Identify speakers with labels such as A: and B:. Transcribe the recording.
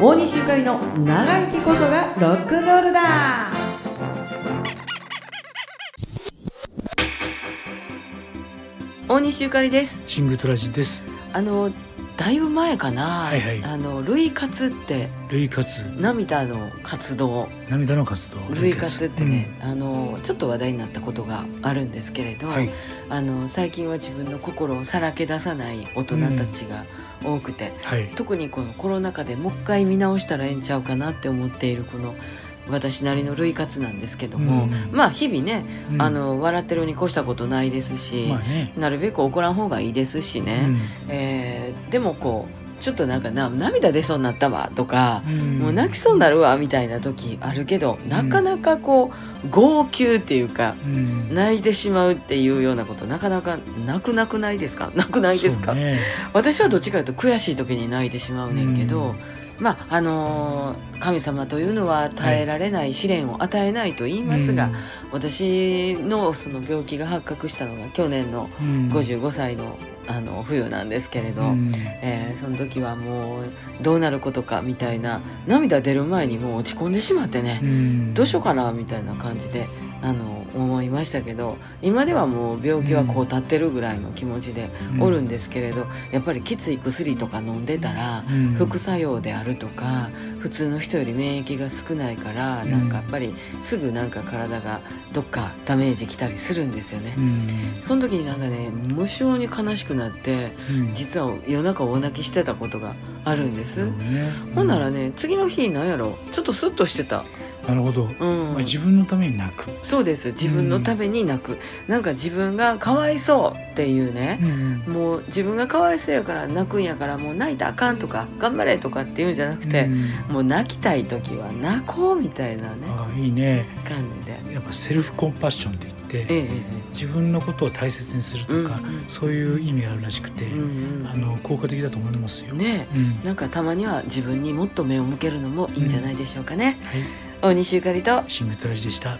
A: 大西ゆかりの長生きこそがロックンロールだ大西ゆかりです
B: シングトラジです。
A: あのだいぶ前かな、
B: はいはい
A: あの類活って
B: 類活、
A: 涙の活動
B: 涙の活動。
A: 類活ってね、あのちょっと話題になったことがあるんですけれど、
B: うん。はい。
A: あの最近は自分の心をさらけ出さない大人たちが多くて、
B: はい。
A: 特にこのコロナ禍でもう一回見直したらええんちゃうかなって思っているこの私なりの類活なんですけども、
B: うん
A: まあ日々ね、
B: うん
A: あ、の笑ってるに越したことないですし、
B: まあね。
A: なるべく怒らん方がいいですしね、えーでもこうちょっとなんかな涙出そうになったわとか、
B: ん
A: もう泣きそうになるわみたいな時あるけどなかなかこう号泣っていうか。
B: うん。
A: 泣いてしまうっていうようなことなかなかなくなくないですかなくないですか、
B: そうね
A: 私はどっちかというと悔しい時に泣いてしまうねんけど、
B: うん
A: まああのー神様というのは耐えられない試練を与えないと言いますが、私のその病気が発覚したのが去年の
B: うん、
A: 55歳のあの冬なんですけれど、
B: うん
A: えーその時はもうどうなることかみたいな涙出る前にもう落ち込んでしまってね。
B: うん
A: どうしようかなみたいな感じであの思いましたけど今ではもう病気はこう立ってるぐらいの気持ちでおるんですけれど、やっぱりきつい薬とか飲んでたら
B: うん
A: 副作用であるとか普通の人より免疫が少ないから
B: うん
A: なんかやっぱりすぐなんか体がどっかダメージきたりするんですよね
B: う。ん
A: その時になんかね無性に悲しくなって
B: うん
A: 実は夜中大泣きしてたことがあるんです。
B: ね
A: ほんならね次の日なんやろちょっとスッとしてた。
B: なるほど、
A: うん
B: まあ、自分のために泣く、
A: そうです自分のために泣く、なんか自分がかわいそうっていうね、もう自分がかわいそうやから泣くんやからもう泣いたらあかんとか頑張れとかっていうんじゃなくて、もう泣きたい時は泣こうみたいなね
B: ああいいね
A: 感じで。
B: やっぱセルフコンパッションって言っ
A: ええ
B: て自分のことを大切にするとか、
A: うんうん
B: そういう意味があるらしくて、
A: ええうん
B: あの効果的だと思います
A: う
B: よ、
A: ん、ね
B: うん
A: えなんかたまには自分にもっと目を向けるのもいいんじゃないでしょうかね。
B: はい
A: 大西ゆかりと
B: シングトラジでした